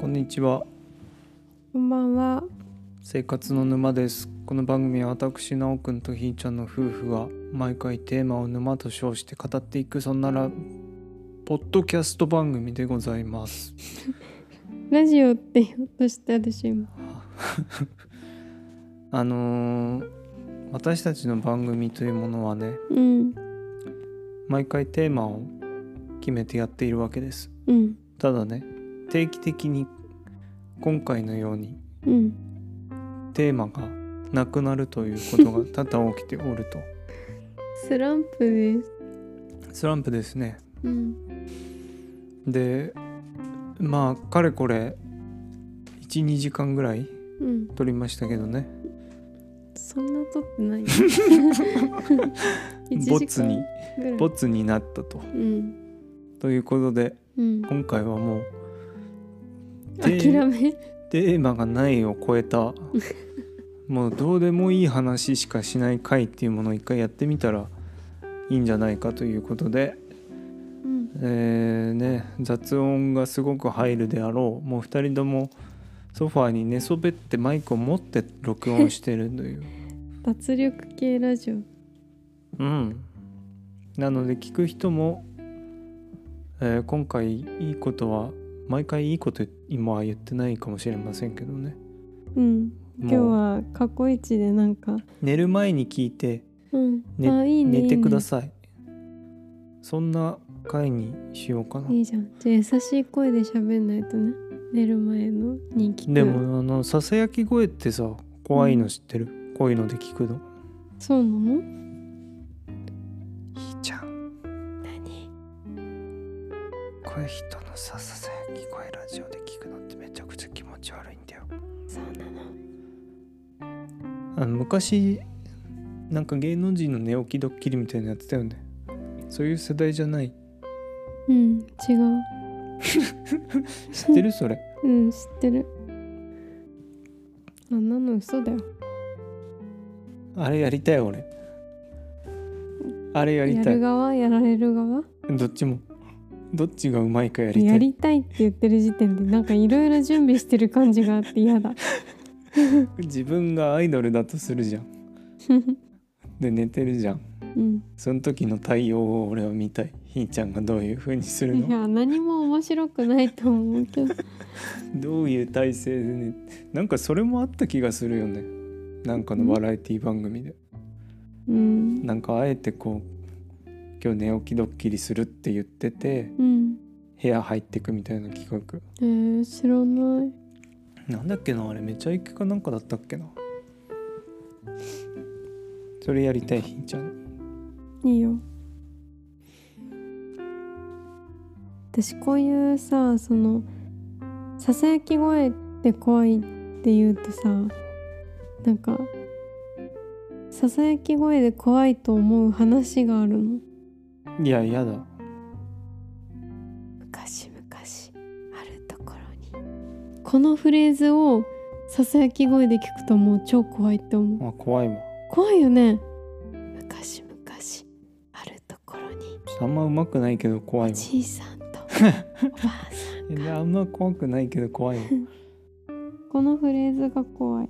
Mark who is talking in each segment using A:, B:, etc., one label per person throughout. A: こんにちは
B: こんばんは。
A: 生活の沼ですこの番組は私直くんとひーちゃんの夫婦が毎回テーマを沼と称して語っていくそんならポッドキャスト番組でございます
B: ラジオって言おうとしたでしょ、今。
A: あのー私たちの番組というものはね
B: うん。
A: 毎回テーマを決めてやっているわけです
B: うん。
A: ただね定期的に今回のように
B: うん。
A: テーマがなくなるということが多々起きておると
B: スランプです。
A: スランプですね
B: うん。
A: でまあかれこれ12時間ぐらい
B: うん。
A: 撮りましたけどね
B: そんな撮ってない。
A: ボツに
B: ぐらい。
A: ボツになったと。
B: うん。
A: ということで
B: うん。
A: 今回はもうテ
B: 諦
A: ー
B: め。
A: テーマがないを超えたもうどうでもいい話しかしない回っていうものを一回やってみたらいいんじゃないかということで
B: うん。
A: えーね、雑音がすごく入るであろうもう2人ともソファーに寝そべってマイクを持って録音してるという、
B: 脱力系ラジオ。
A: うん、なので聞く人も、えー今回いいことは毎回いいこと今は言ってないかもしれませんけどね
B: うん。今日
A: もう
B: は過去一でなんか。
A: 寝る前に聞いて
B: うん。
A: ね
B: あ、いいね。
A: 寝てくだ
B: い
A: さいそんな回にしようかない
B: ね。いいじゃん。じゃあ優しい声で喋んないとね。寝る前の人気。
A: で。もあのささやき声ってさ怖いの知ってる、こういうので聞くの
B: そうなの。
A: ひーちゃん
B: 何。
A: これ人のさささやき声ラジオで聞くのってめちゃくちゃ気持ち悪いんだよ
B: そうなの。
A: あの昔なんか芸能人の寝起きドッキリみたいなのやってたよねそういう世代じゃない
B: うん。違う。
A: 知ってるそれ
B: うん知ってるあんなの嘘だよ
A: あれやりたい俺あれやり
B: や
A: た
B: る
A: い
B: 側やられる側
A: どっちもどっちがうまいかやりた
B: や
A: い
B: りたいって言ってる時点でなんかいろいろ準備してる感じがあって 嫌だ
A: 自分がアイドルだとする じゃんで寝てるじゃん
B: うん
A: その時の対応を俺は見たいひーちゃんがどういう風にする
B: い
A: の
B: や何も面白くないと思うけど
A: どういう体勢でねなんかそれもあった気がするよねなんかのバラエティ番組で
B: うん
A: なんかあえてこう今日寝起きドッキリするって言ってて
B: うん
A: 部屋入ってくみたいな企画
B: えー、知らない
A: なんだっけなあれめちゃイケかなんかだったっけなそれやりたいひーちゃん
B: いいよ私こういうさそのささやき声って怖いって言うとさなんかささやき声で怖いと思う話があるの
A: いややだ
B: 昔々あるところにこのフレーズをささやき声で聞くともう超怖いって思う
A: あ怖いわ
B: 怖いよね昔々あるところに
A: ちょっとあんまうまくないけど怖いわ
B: じいさんとおばあさん
A: い
B: が
A: やあんま怖くないけど怖いわ
B: このフレーズが怖い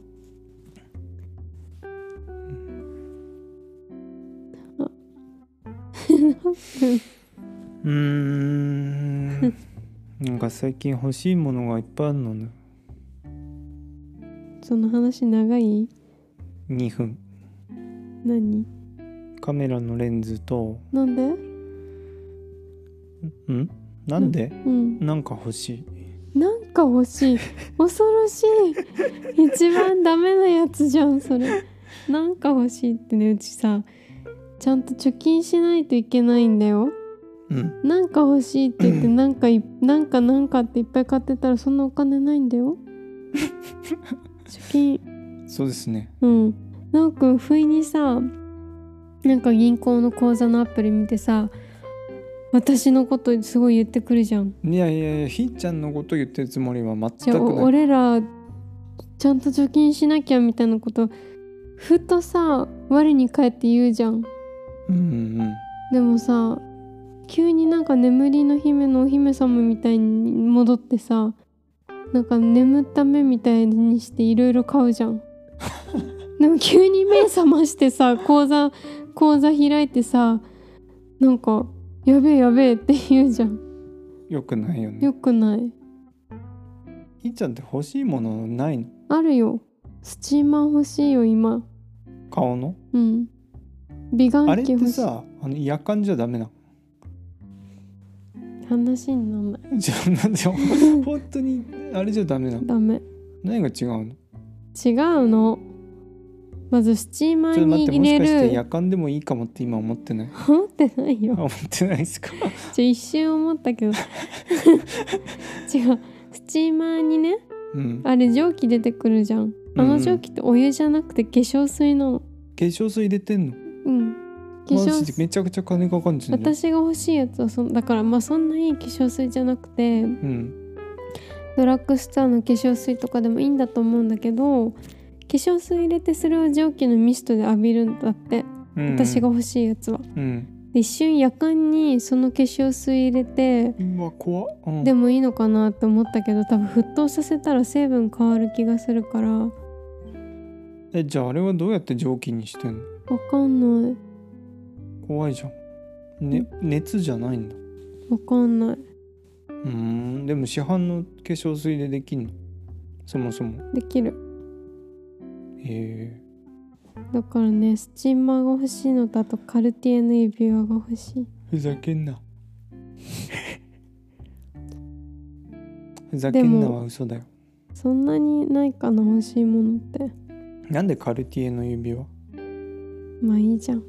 A: うん なんか最近欲しいものがいっぱいあるのね
B: その話長い
A: 2分
B: 何
A: カメラのレンズと
B: なんで
A: んなんで、
B: うん
A: なんか欲しい
B: なんか欲しい恐ろしい一番ダメなやつじゃんそれなんか欲しいってねうちさちゃんと貯金しないといけないんだよ
A: うん
B: なんか欲しいって言ってなんかいなんかなんかっていっぱい買ってたらそんなお金ないんだ よ貯金
A: そうですね
B: うん。なおくん不意にさなんか銀行の口座のアプリ見てさ私のことすごい言ってくるじゃん。
A: いやいやいやひーちゃんのこと言ってるつもりは全
B: じゃあ
A: く
B: お
A: ない
B: 俺らちゃんと貯金しなきゃみたいなことふとさ我に返って言うじゃん。
A: うんうん
B: でもさ急になんか眠りの姫のお姫様みたいに戻ってさなんか眠った目みたいにしていろいろ買うじ ゃんでも急に目覚ましてさ口座口座開いてさなんか「やべえやべえ」って言うじゃん
A: よくないよね
B: よくない
A: ひーちゃんって欲しいものないの
B: あるよスチーマー欲しいよ今
A: 顔の
B: うん美顔
A: あれっ
B: 器
A: て
B: 欲しい
A: さあの夜間じゃダメな
B: 話になんない
A: の じゃあなんで本当にあれじゃダメなの
B: ダメ
A: 何が違うの
B: 違うのまずスチーマ
A: ちょっと
B: ー
A: 待
B: に
A: って
B: 入
A: もし
B: れ
A: かして夜
B: る
A: 間でもいいかもって今思ってない
B: 思ってないよ
A: 思ってないですか
B: ちょ一瞬思っ たけど違うスチーマーにね
A: うん化
B: あれ蒸気出てくるじゃんあ
A: うんう
B: の
A: ん
B: 蒸気ってお湯じゃなくて化粧水なの
A: 粧水入れてんの
B: うん化
A: マ
B: 粧
A: ジで
B: 水
A: めちゃくちゃ金かかんじゃんじゃん
B: 私が欲しいやつはそんだからまあそんないい化粧水じゃなくて
A: うん
B: ドラッグストアの化粧水とかでもいいんだと思うんだけど化粧水入れてそれを蒸気のミストで浴びるんだって、
A: うん
B: 私が欲しいやつは
A: うん
B: で一瞬夜間にその化粧水入れて
A: うわ怖っ、うん、
B: でもいいのかなって思ったけど多分沸騰させたら成分変わる気がするからわ
A: えじゃああれはどうやって蒸気にしてんの
B: かんない
A: 怖いじゃん、ね、熱じゃないんだ
B: わかんないう
A: ーんでも市販の化粧水でできんのそもそも
B: できる
A: へ
B: だからねスチーマーが欲しいのとあとカルティエの指輪が欲しい
A: えふざけんなふざけ
B: で
A: んな
B: も
A: は嘘だよ
B: そんなにないかな欲しいものって
A: なんでカルティエの指輪
B: まあいいじゃん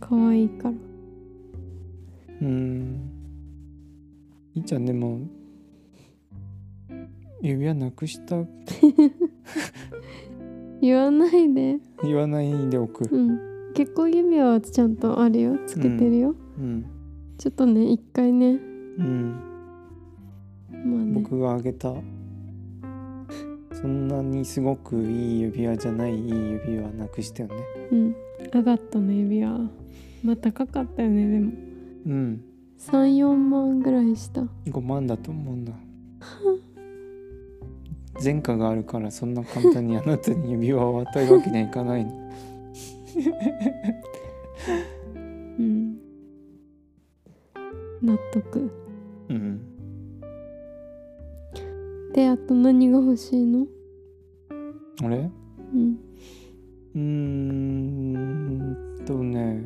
B: 可愛いか
A: う
B: ら
A: ーんいいちゃんでも指輪なくした
B: 言わないで
A: 言わないでおく
B: うん結婚指輪はちゃんとあるよつけてるよ、
A: うん
B: ちょっとね一回ね
A: うん
B: まあね
A: 僕があげたそんなにすごくいい指輪じゃないいい指輪なくしたよね
B: うんアガットの指輪まあ高かったよねでも
A: うん
B: 34万ぐらいした
A: 5万だと思 うんだ前科があるからそんな簡単にあなたに指輪を与えるわけにはいかないの
B: うん納得
A: うん
B: であと何が欲しいの
A: あれう
B: うん
A: ーんとね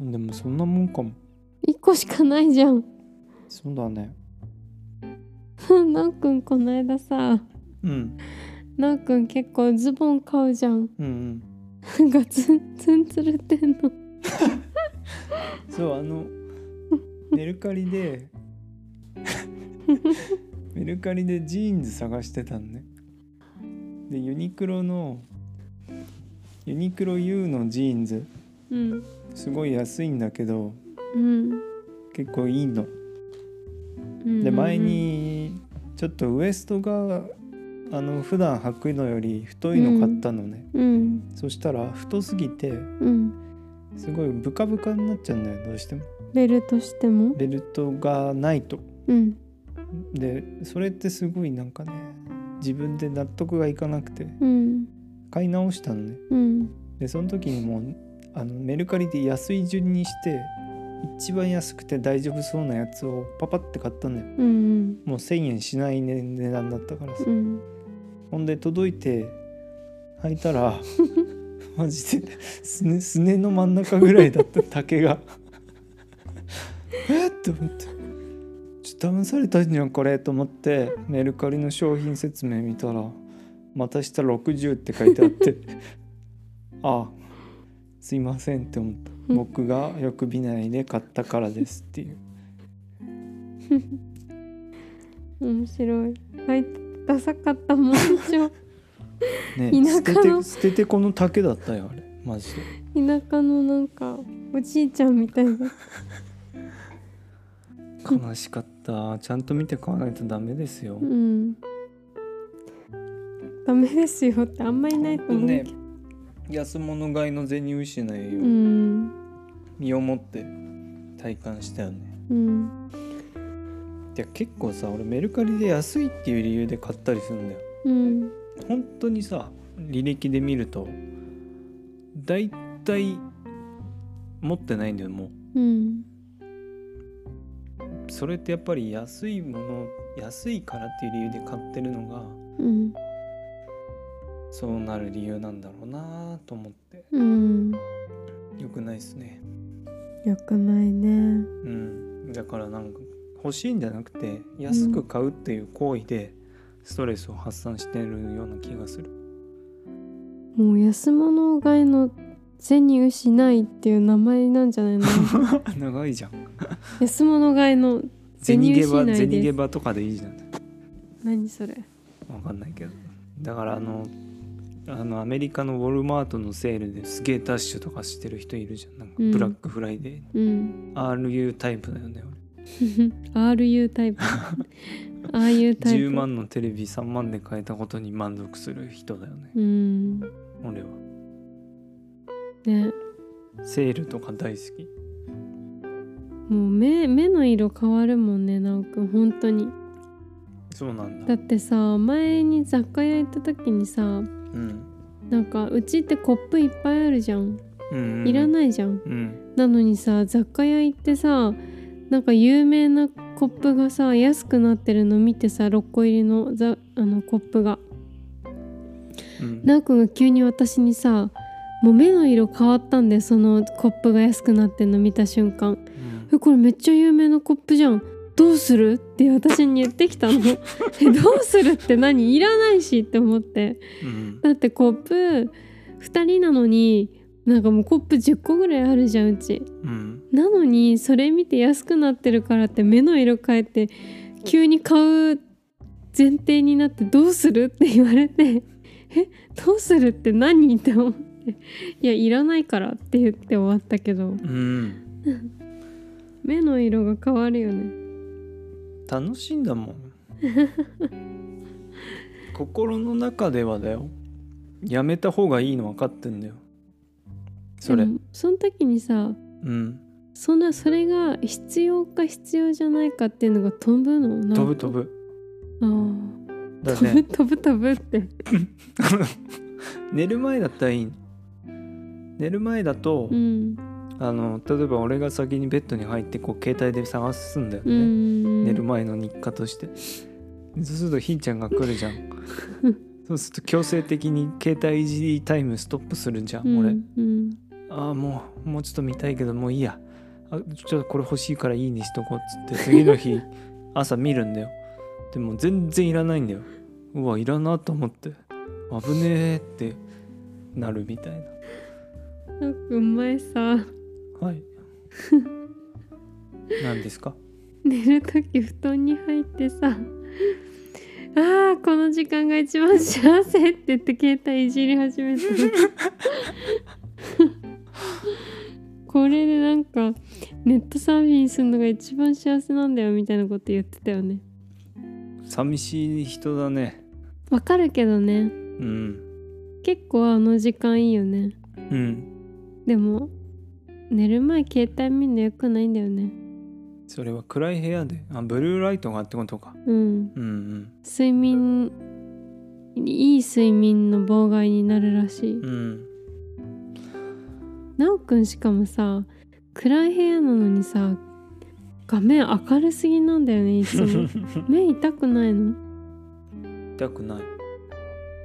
A: でもそんなもんかも
B: 1個しかないじゃん
A: そうだね
B: なおくんこないださ
A: うん
B: なおくん結構ズボン買うじゃん
A: うんうん
B: がツンツンつるってんの
A: そうあ のメルカリで メルカリでジーンズ探してたのねでユニクロのユニクロ U のジーンズ
B: うん
A: すごい安いんだけど
B: うん
A: 結構いいの。
B: うん
A: で前にちょっとウエストがあの普段履くのより太いの買ったのね、
B: うん
A: そしたら太すぎて
B: うん
A: すごいブカブカになっちゃうんだよどうしても
B: ベルトしても
A: ベルトがないと
B: うん
A: でそれってすごいなんかね自分で納得がいかなくて
B: うん
A: 買い直したのね
B: うん
A: でその時にもうあのメルカリで安い順にして一番安くて大丈夫そうなやつをパパって買ったんだよ
B: うんうん
A: もう1,000円しないね値段だったからさ
B: うん
A: ほんで届いて履いたら マジですねすねの真ん中ぐらいだ った竹がえっと思ってちょっと騙されたじゃんこれと思ってメルカリの商品説明見たら「また下60」って書いてあって ああすいませんって思った僕がよく見ないで買ったからですっていう
B: 面白いあいつダサかったもんょ
A: ね捨
B: 田
A: て
B: 舎の
A: て捨ててこの竹だったよあれマジで
B: 田舎のなんかおじいちゃんみたいな
A: 悲しかったちゃんと見て買わないとダメですよ
B: うんダメですよってあんまりないと思うけど、
A: 安物買いの銭失いうを
B: ん
A: 身をもって体感したよね
B: うん
A: いや結構さ俺メルカリで安いっていう理由で買ったりするんだよ
B: うん
A: 本当にさ履歴で見るとだいたい持ってないんだよも
B: うん
A: うそれってやっぱり安いもの安いからっていう理由で買ってるのが
B: うん
A: そうなる理由なんだろうなと思って
B: うん
A: 良くないですね
B: よくないね
A: うんだからなんか欲しいんじゃなくて安く買うっていう行為でストレスを発散してるような気がする
B: もう安物買いの銭失いっていう名前なんじゃ ないの
A: 長いじゃん
B: 安物買いの
A: 銭ゲ
B: 銭失
A: バ
B: いです
A: 銭ゲバとかでいいじゃん
B: 何それ
A: わかんないけどだからあのあのアメリカのウォルマートのセールですげえダッシュとかしてる人いるじゃんなんか
B: うん
A: ブラックフライデー、
B: うん
A: RU タイプだよね
B: RU タイ プああいうタ
A: 俺
B: イプ
A: 10万のテレビ3万で買えたことに満足する人だよね
B: うんね
A: 俺はセールとか大好き
B: もう目目の色変わるもんねなんか本当に
A: そうなんだ
B: だってさ前に雑貨屋行った時にさ
A: うん
B: なんかうちってコップいっぱいあるじゃん
A: うんうん
B: いら
A: い
B: ないじゃん、
A: うん
B: なのにさ雑貨屋行ってさなんか有名なコップがさ安くなってるの見てさ6個入りのざあのコップが
A: うん
B: なおくんが急に私にさもう目の色変わったんでそのコップが安くなってんの見た瞬間
A: うん
B: えこれめっちゃ有名なコップじゃんどうするって私に言ってきたのえどうするって何いらないしって思って
A: うん
B: だってコップ2人なのになんかもうコップ10個ぐらいあるじゃんうち
A: うん
B: なのにそれ見て安くなってるからって目の色変えて急に買う前提になってどうするって言われて「えどうするって何?」って思って「いやいらないから」って言って終わったけど
A: うん
B: 目の色が変わるよね
A: 楽しいんだもん心の中ではだよやめた方がいいの分かってんだよそれ
B: でもその時にさ
A: うん
B: そんなそれが必要か必要じゃないかっていうのが飛ぶのなんか
A: 飛ぶ飛ぶ
B: あ
A: だ
B: あ
A: って
B: 飛
A: ね
B: ぶ 飛ぶ飛ぶって、
A: 寝る前だったらいいの寝る前だと、
B: うん
A: あの例えば俺が先にベッドに入ってこう携帯で探すんだよ
B: う
A: ね、
B: ん
A: 寝る前の日課としてそうするとひーちゃんが来るじゃ んそうすると強制的に携帯いじりタイムストップするじゃん、
B: う
A: 俺
B: んうん
A: ああもうもうちょっと見たいけどもういいやあちょっとこれ欲しいからいいにしとこうっつって次の 日朝見るんだよでも全然いらないんだようわいらなと思って危ねえってなるみたい
B: なんかお前さ
A: なはい 何ですか
B: 寝る時布団に入ってさ「あーこの時間が一番幸せ」って言って携帯いじり始めたのこれでなんかネットサーフィンするのが一番幸せなんだよみたいなこと言ってたよね
A: 寂しい人だね
B: わかるけど
A: う
B: ね
A: ん
B: 結構あの時間いいよね
A: うん
B: でも寝る前携帯見るのよくないんだよね
A: それは暗い部屋であブルーライトがってことか
B: うん
A: うんうん
B: 睡眠いい睡眠の妨害になるらしい
A: うん
B: なおくんしかもさ暗い部屋なのにさ画面明るすぎなんだよねいつ も目痛くないの
A: 痛くない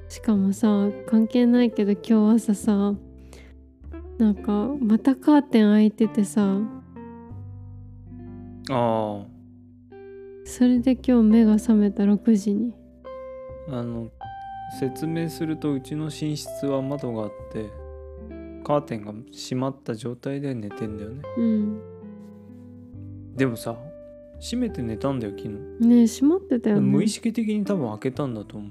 B: しかもさ関係ないけど今日朝さなんかまたカーテン開いててさ
A: ああ
B: それで今日目が覚めた6時に
A: あの説明するとうちの寝室は窓があってカーテンが閉まった状態で寝てんだよね
B: うん
A: でもさ閉めて寝たんだよ昨日、
B: ねえ閉まってたよね
A: 無意識的に多分開けたんだと思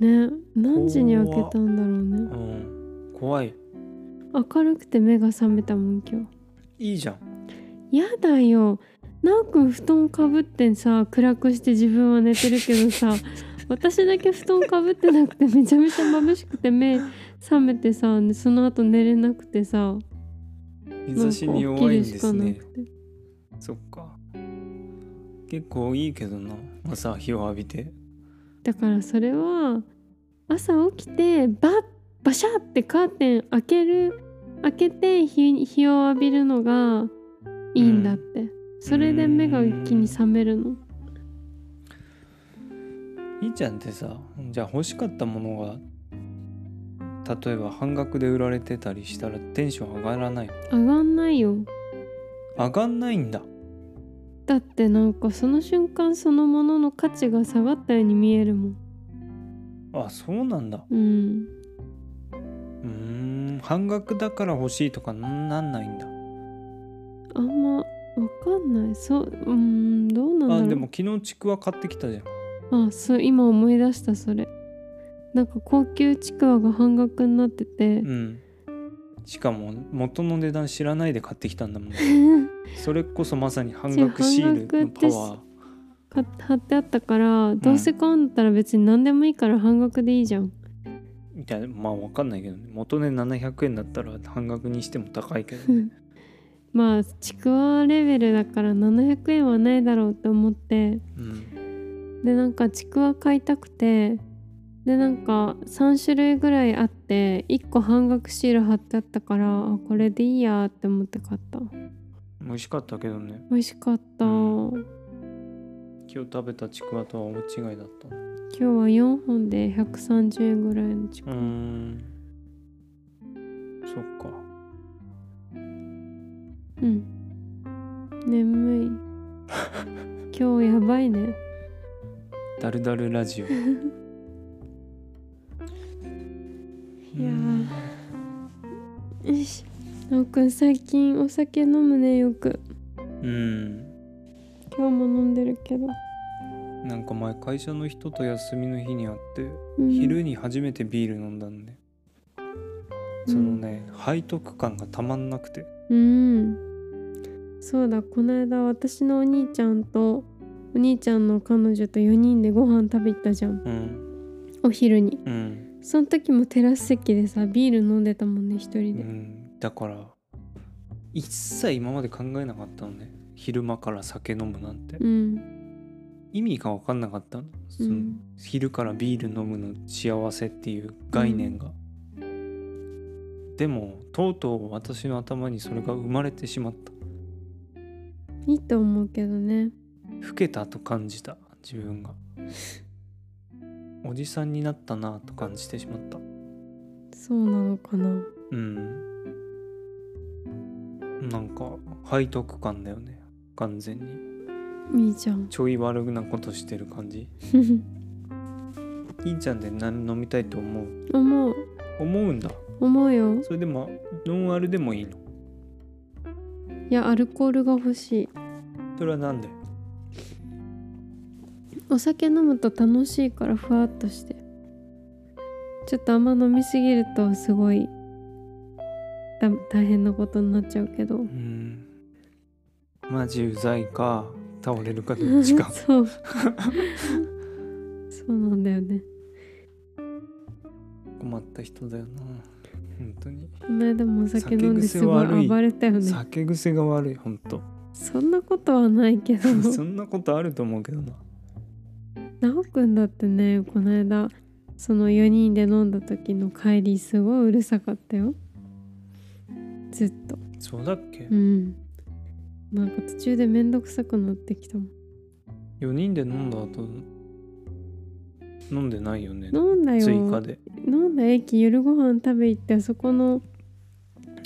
B: ね何時に開けたんだろうね
A: ううん怖い
B: 明るくて目が覚めたもん今日
A: いいじゃん
B: やだよなおくん布団かぶってさ暗くして自分は寝てるけ どさ私だけ布団かぶってなくてめちゃめちゃ眩しくて目覚めてさその後寝れなくてさ
A: 日差しに弱いんです
B: なん
A: ね
B: か起きるしかなくて
A: そっか結構いいけどな朝日を浴びて
B: だからそれは朝起きてバッバシャってカーテン開ける開けて日日を浴びるのがいいんだって、それで目が一気に覚めるの
A: いいちゃんってさじゃあ欲しかったものが例えば半額で売られてたりしたらテンション上がらない
B: 上がんないよ
A: 上がんないんだ
B: だってなんかその瞬間そのものの価値が下がったように見えるもん
A: あそうなんだ
B: うん
A: うーん半額だから欲しいとかなんないんだ
B: あんまわかんないそううーんどうなんだろう
A: あでも昨日ちくわ買ってきたじゃん
B: あそう今思い出したそれなんか高級ちくわが半額になってて、
A: うんしかも元の値段知らないで買ってきたんだもん それこそまさに半額シールのパ
B: 半
A: ワー
B: 買っ貼ってあったからどうせ買うんだったら別に何でもいいから半額でいいじゃん
A: みたいなまあわかんないけどね元値700円だったら半額にしても高いけど
B: う
A: ね
B: んまあちくわレベルだから700円はないだろうって思って
A: うん
B: でなんかちくわ買いたくてでなんか3種類ぐらいあって1個半額シール貼ってあったからあこれでいいやって思って買った
A: 美味しかったけどね
B: 美味しかった、
A: うん今日食べたちくわとは大違いだったう
B: 今日は4本で130円ぐらいのちく
A: ー
B: わ、
A: んそっか
B: うん眠い 今日やばいね
A: ダルダルラジオ い
B: いやーよしなおくん最近お酒飲むねよく
A: うん
B: 今日も飲んでるけど、
A: なんか前会社の人と休みの日に会って
B: うん
A: 昼に初めてビール飲んだんで、そのね背徳感がたまんなくて
B: うんそうだこの間私のお兄ちゃんとお兄ちゃんの彼女と4人でご飯食べ行ったじゃん
A: うん
B: お昼に
A: うん、
B: その時もテラス席でさビール飲んでたもんね一
A: う
B: 人で、
A: ん、だから一切今まで考えなかったのね昼間から酒飲むなんて、
B: うん
A: 意味が分かんなかったのその、
B: うん
A: 昼からビール飲むの幸せっていう概念が、でもとうとう私の頭にそれが生まれてしまった
B: いいと思うけどね
A: 老けたと感じた自分がおじさんになったなと感じてしまった
B: そうなのかな
A: うんなんか背徳感だよね完全に
B: いいじゃ ん
A: ちょい悪なことしてる感じいいちゃんで何飲みたいと思う
B: 思う
A: 思うんだ
B: 思うよ
A: それでもノンアルでもいいの
B: いやアルコールが欲しい
A: それはなんで
B: お酒飲むと楽しいからふわっとしてちょっとあんま飲みすぎるとすごいだ大変なことになっちゃうけど
A: うんマジうざいか倒れるかどっちか
B: そうそうなんだよね
A: 困った人だよな本当に
B: この間もお酒飲んですご
A: 酒癖悪
B: い
A: い
B: 暴れたよね
A: 酒癖が悪い本当
B: そんなことはないけ ど
A: そんなことあると思うけどな
B: なおくんだってねこの間その4人で飲んだ時の帰りすごいうるさかったよずっと
A: そうだっけ
B: うんなんか途中でめんどくさくなってきたもん
A: 4人で飲んだ後飲んでないよね
B: 飲んだよ
A: 追加で
B: 飲んだ駅夜ご飯食べ行ってあそこの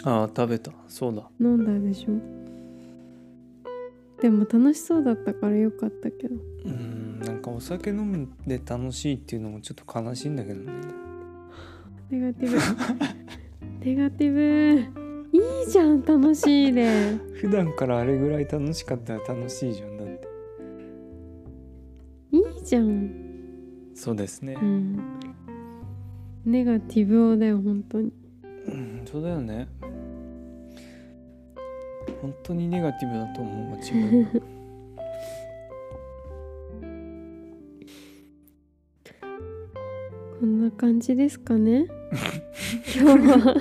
A: ああ食べたそうだ
B: 飲んだでしょでも楽しそうだったからよかったけど
A: うんなんかお酒飲んで楽しいっていうのもちょっと悲しいんだけどね
B: ネガ ティブネガティブいいじゃん楽しいで
A: 普段からあれぐらい楽しかったら楽しいじゃんだって
B: いいじゃん
A: そうですね
B: うんネガティブをだよ本当に
A: うんそうだよね本当にネガティブだと思うわ自分が
B: こんな感じですかね今日は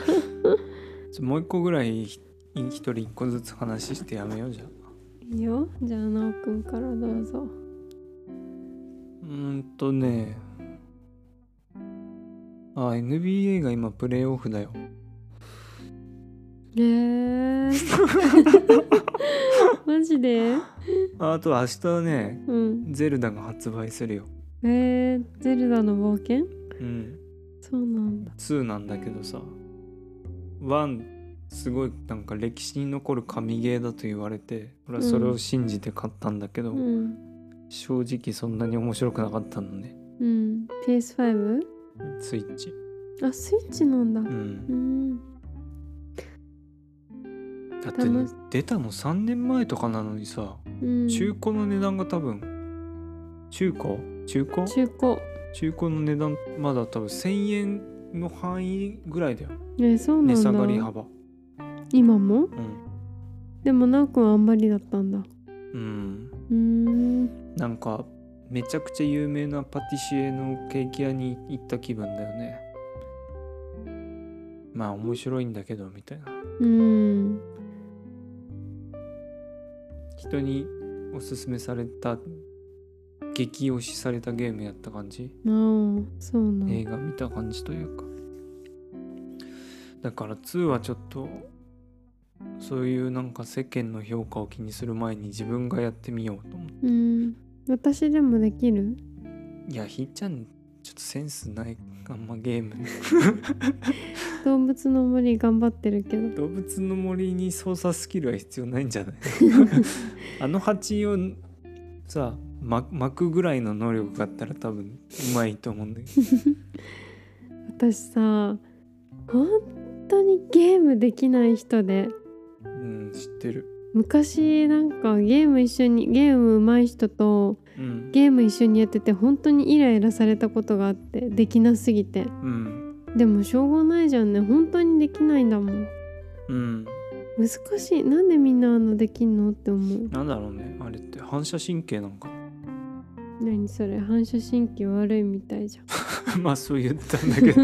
A: ちょもう一個ぐらいひ一人一個ずつ話してやめようじゃん
B: いいいよじゃあなおくんからどうぞ
A: うーんとねあ NBA が今プレーオフだよ
B: えー、マジで
A: あと明日ね
B: うん
A: ゼルダが発売するよ
B: えー、ゼルダの冒険
A: うん
B: そうなんだ
A: 2なんだけどさ1すごいなんか歴史に残る神ゲーだと言われて俺はそれを信じて買ったんだけど、
B: うん
A: 正直そんなに面白くなかったのね
B: うん PS5?
A: スイッチ
B: あスイッチなんだ
A: う
B: うんん
A: だって
B: 楽
A: ね
B: し
A: 出たの3年前とかなのにさ
B: うん
A: 中古の値段が多分中古中古
B: 中古
A: 中古の値段まだ多分1,000円の範囲ぐらいだよ
B: えそう
A: 値
B: な
A: 下がり
B: んだ
A: 幅
B: 今も
A: うん
B: でもなおくんはあんまりだったんだう
A: うん
B: ーん
A: なんかめちゃくちゃ有名なパティシエのケーキ屋に行った気分だよねまあ面白いんだけどみたいな
B: うん
A: 人におすすめされた激推しされたゲームやった感じ
B: ああそうなんだ
A: 映画見た感じというかだから2はちょっとそういうなんか世間の評価を気にする前に自分がやってみようと思って
B: うん私でもできる
A: いやひーちゃんちょっとセンスないあんまゲ ーム
B: 動物の森頑張ってるけど
A: 動物の森に操作スキルは必要ないんじ ゃないあの蜂をさま巻くぐらいの能力があったら多分うまいと思うんだけど
B: 私さ本当にゲームできない人で
A: うん知ってる
B: 昔なんかゲーム一緒にゲーム上手い人と
A: うん
B: ゲーム一緒にやってて本当にイライラされたことがあってできなすぎて
A: うん
B: でもしょうがないじゃんね本当にできないんだもん
A: うん
B: 難しいなんでみんなあのできんのって思う
A: なんだろうねあれって反射神経なんか
B: 何それ反射神経悪いみたいじゃん
A: まあそう言ったんだ けど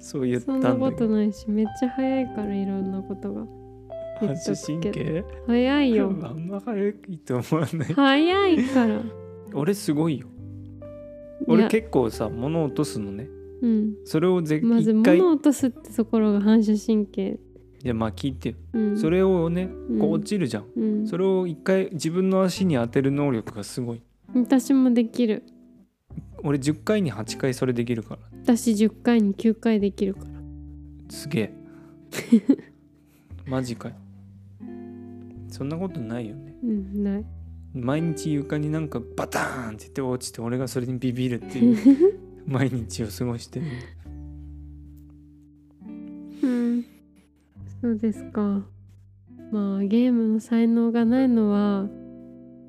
A: そう言った
B: そ
A: ん
B: ん
A: だ
B: な
A: けど
B: ことないしめっちゃ早いからいろんなことが言
A: 反
B: っと
A: 射
B: く
A: 神
B: けど
A: 経
B: 早い
A: あ
B: よ
A: んま早いと思わない
B: 早いから
A: 俺すごいよ
B: い
A: 俺
B: や
A: 結構さ物を落とすのね
B: うん
A: それをぜ
B: まず
A: 一回い
B: 物を落とすってところが反射神経
A: やまあ聞いてよ
B: うん
A: それをねこ
B: うん
A: う落ちるじゃん、
B: うん
A: それを一回自分の足に当てる能力がすごい
B: 私もできる
A: 俺10回に8回それできるから
B: 私10回に9回できるから
A: すげえ マジかよそんなことないよね
B: うんない
A: 毎日床になんかバターンって言って落ちて俺がそれにビビるっていう 毎日を過ごしてる
B: うんそうですかまあゲームの才能がないのは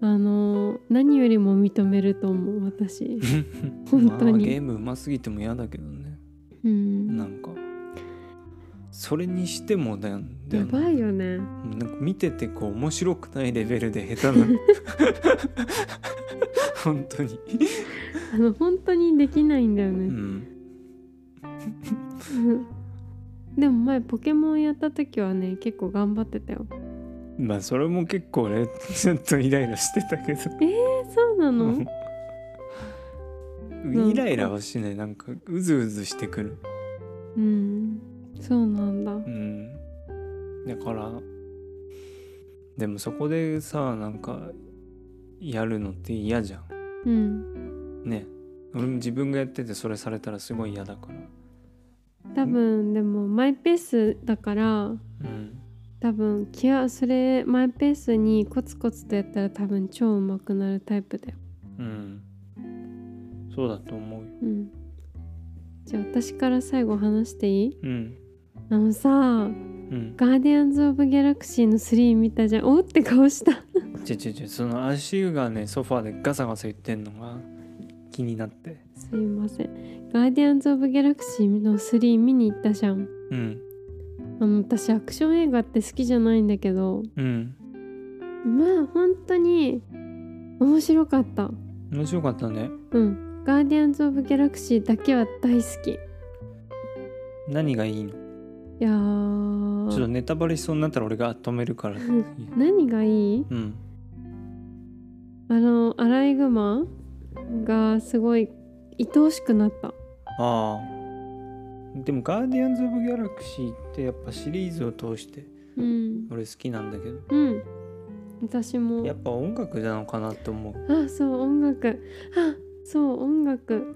B: あの何よりも認めると思 う私本当に
A: まあ、ゲームうますぎても嫌だけどね
B: うん
A: なんかそれにしてもだよだ
B: や
A: よね
B: ばいよね
A: なんか見ててこう面白くないレベルで下手 な本当に
B: あの本当にできないんだよ
A: う
B: ね、
A: ん
B: うん、 でも前ポケモンやった時はね結構頑張ってたよ
A: まあそれも結構俺ちょっとイライラしてたけど
B: えそう なのん
A: イライラはしないなんかうずうずしてくる
B: うんそうなんだ
A: うんだからでもそこでさなんかやるのって嫌じゃん
B: うん
A: ね俺も自分がやっててそれされたらすごい嫌だから
B: 多分でもマイペースだから
A: うん
B: 多分気はそれマイペースにコツコツとやったら多分超うまくなるタイプだよ、
A: うんそうだと思うよ
B: うん、じゃあ私から最後話していい
A: うん
B: あのさ
A: うん
B: 「ガーディアンズ・オブ・ギャラクシー」の3見たじゃんおーって顔した
A: ちょちょちょその足がねソファーでガサガサ言ってんのが気になって
B: すいません「ガーディアンズ・オブ・ギャラクシー」の3見に行ったじゃん
A: うん
B: あの私アクション映画って好きじゃないんだけど
A: うん
B: まあ本当に面白かった
A: 面白かったね
B: うん「ガーディアンズ・オブ・ギャラクシー」だけは大好き
A: 何がいいの
B: いや
A: ちょっと
B: ー
A: ネタバレしそうになったら俺が止めるからう
B: 何がいい
A: ん
B: あのアライグマがすごい愛おしくなった
A: ああでも「ガーディアンズ・オブ・ギャラクシー」ってやっぱシリーズを通して
B: うん
A: 俺好きなんだけど
B: うん私も
A: やっぱ音楽なのかなって思う
B: あそう音楽あそう音楽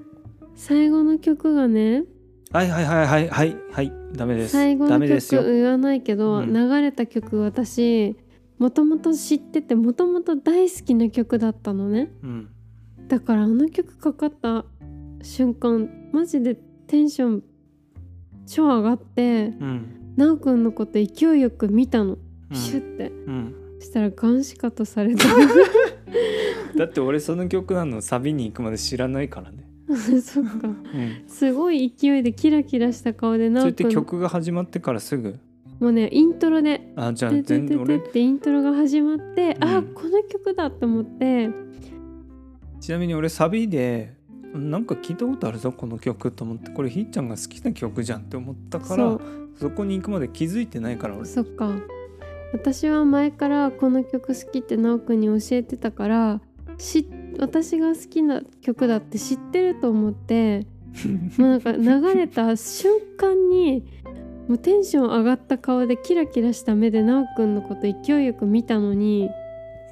B: 最後の曲がね
A: はいはいはいはいはいはいダメです
B: 最後
A: ダ
B: の
A: メです
B: 曲
A: よ
B: 言わないけど、
A: うん
B: 流れた曲私もともと知っててもともと大好きな曲だったのね
A: うん
B: だからあの曲かかった瞬間マジでテンション超上がって
A: うん
B: なおくんのこと勢いよく見たの、
A: うん
B: シュッて
A: うん
B: そしたらガンシカとされた
A: だって俺その曲なのサビに行くまで知らないからね
B: そっか
A: うん
B: すごい勢いでキラキラした顔で
A: そ
B: な
A: れっ
B: お
A: て
B: くん
A: 曲が始まってからすぐ
B: もうねイントロで
A: あじ
B: 「
A: ゃあ
B: てて
A: 全
B: て
A: 然
B: て」
A: 俺
B: ってイントロが始まって、
A: うん
B: あこの曲だと思って
A: ちなみに俺サビでなんか聞いたことあるぞこの曲と思ってこれひーちゃんが好きな曲じゃんって思ったから
B: そ
A: そこに行くまで気づいてないから
B: う
A: 俺
B: そっか私は前からこの曲好きってなおくんに教えてたからし私が好きな曲だって知ってると 思ってもうなんか流れた瞬間にもうテンション上がった顔でキラキラした目でなおくんのこと勢いよく見たのに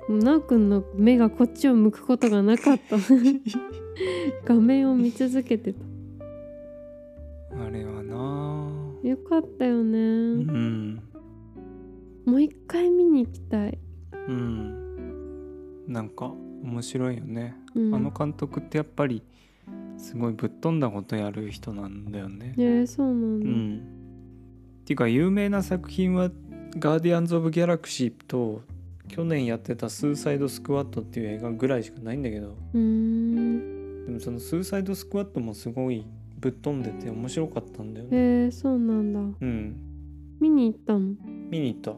B: もうなおくんの目がこっちを向くことがなかった 画面を見続けてた
A: あれはな
B: よかったよね、
A: あうん
B: もう一回見に行きたい、
A: うんなんか面白いよね、
B: うん、
A: あの監督ってやっぱりすごいぶっ飛んだことやる人なんだよね
B: えー、そうな
A: う
B: んだ、
A: ん、っていうか有名な作品は「ガーディアンズ・オブ・ギャラクシー」と去年やってた「スーサイド・スクワット」っていう映画ぐらいしかないんだけど
B: うーん
A: でもその「スーサイド・スクワット」もすごいぶっ飛んでて面白かったんだよね。
B: えー、そうなんだ
A: うん、
B: 見に行ったの
A: 見に行った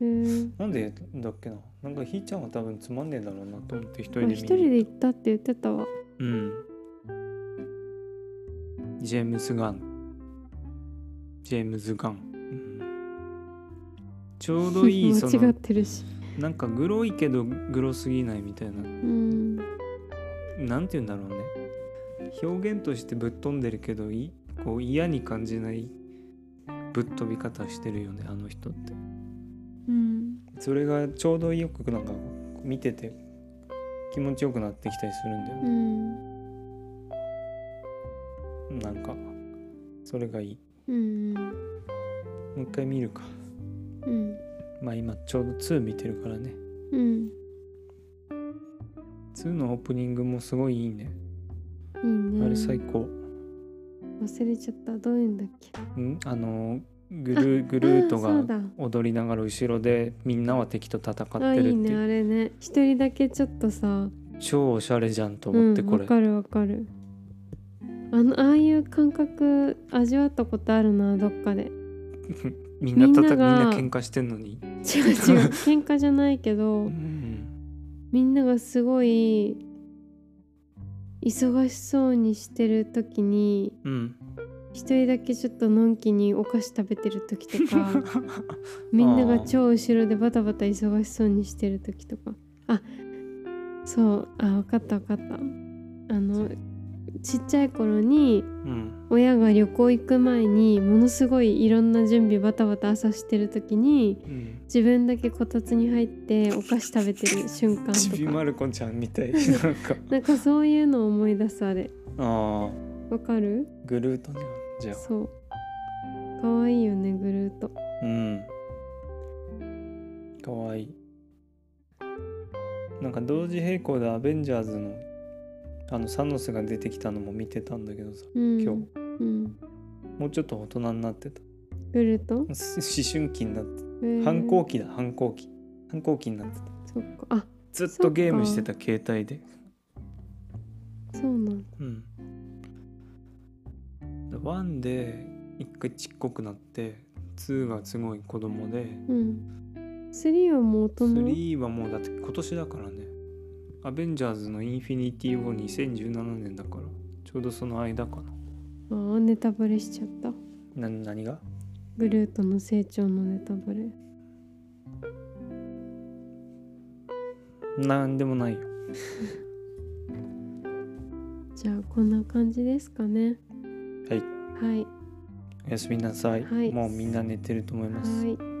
B: えー、
A: なんでだっけななんかひーちゃんは多分つまんねえだろうなと思って一人
B: あ
A: で見に
B: 一人で行ったって言ってたわ
A: うんジェームズ・ガンジェームズ・ガン、うんちょうどい いそ
B: 間違
A: の
B: ってるし
A: なんかグロいけどグロすぎないみたいな
B: うん
A: なんて言うんだろうね表現としてぶっ飛んでるけどいこう嫌に感じないぶっ飛び方してるよねあの人って
B: うん
A: それがちょうどよくなんか見てて気持ちよくなってきたりするんだよ
B: う
A: ね、
B: ん
A: なんかそれがいい
B: うん
A: もう一回見るか
B: うん
A: まあ今ちょうど2見てるからね
B: うん
A: 2のオープニングもすごいいいね
B: いいね
A: あれ最高
B: 忘れちゃったどういうんだっけ
A: うんあのグルーグルート
B: あーそ
A: が
B: うだ
A: 踊りながら後ろでみんなは敵と戦って
B: あ
A: る
B: いい
A: ってい
B: ね
A: う
B: あれね一人だけちょっとさ
A: 超おしゃれじゃんと
B: う
A: 思
B: ん
A: ってこれ、
B: わかるわかるあのああいう感覚味わったことあるなどっ かで
A: みんなたたみ
B: み
A: ん
B: んな
A: な
B: が
A: 喧嘩してんのに、
B: 違う違う喧嘩じゃないけ
A: う
B: ど
A: ん、
B: みんながすごい忙しそうにしてる時に
A: うん、
B: 一人だけちょっとのんきにお菓子食べてる時とか みんなが超後ろでバタバタ忙しそうにしてる時とかあそうあ分かった分かったあのちっちゃい頃に
A: うん
B: 親が旅行行く前にものすごいいろんな準備バタバタ朝してる時に
A: うん
B: 自分だけこたつに入ってお菓子食べてる瞬間
A: ちび
B: と
A: ま
B: か
A: る子ちゃんみたいなんか
B: なんかそういうのを思い出すあれ
A: ああ
B: わかる
A: グルートじゃんじゃあ
B: そうかわいいよねグルート
A: うんかわいいなんか同時並行でアベンジャーズのあのサノスが出てきたのも見てたんだけどさ
B: うん
A: 今日
B: うん
A: もうちょっと大人になってた
B: グルート、
A: す思春期になって
B: えー
A: 反抗期だ反抗期反抗期になってた
B: そっかあ
A: ずっとゲームしてた携帯で
B: そうなん
A: うんワンで一回ちっこくなってツーがすごい子供で
B: うん3はもう大人
A: 3はもうだって今年だからねアベンジャーズのインフィニティを2017年だからちょうどその間か
B: あーネタバレしちゃった
A: なな何が
B: グルートの成長のネタバレ
A: なんでもないよ
B: じゃあこんな感じですかね
A: はい
B: はい
A: おやすみなさい、
B: はい
A: もうみんな寝てると思います
B: はい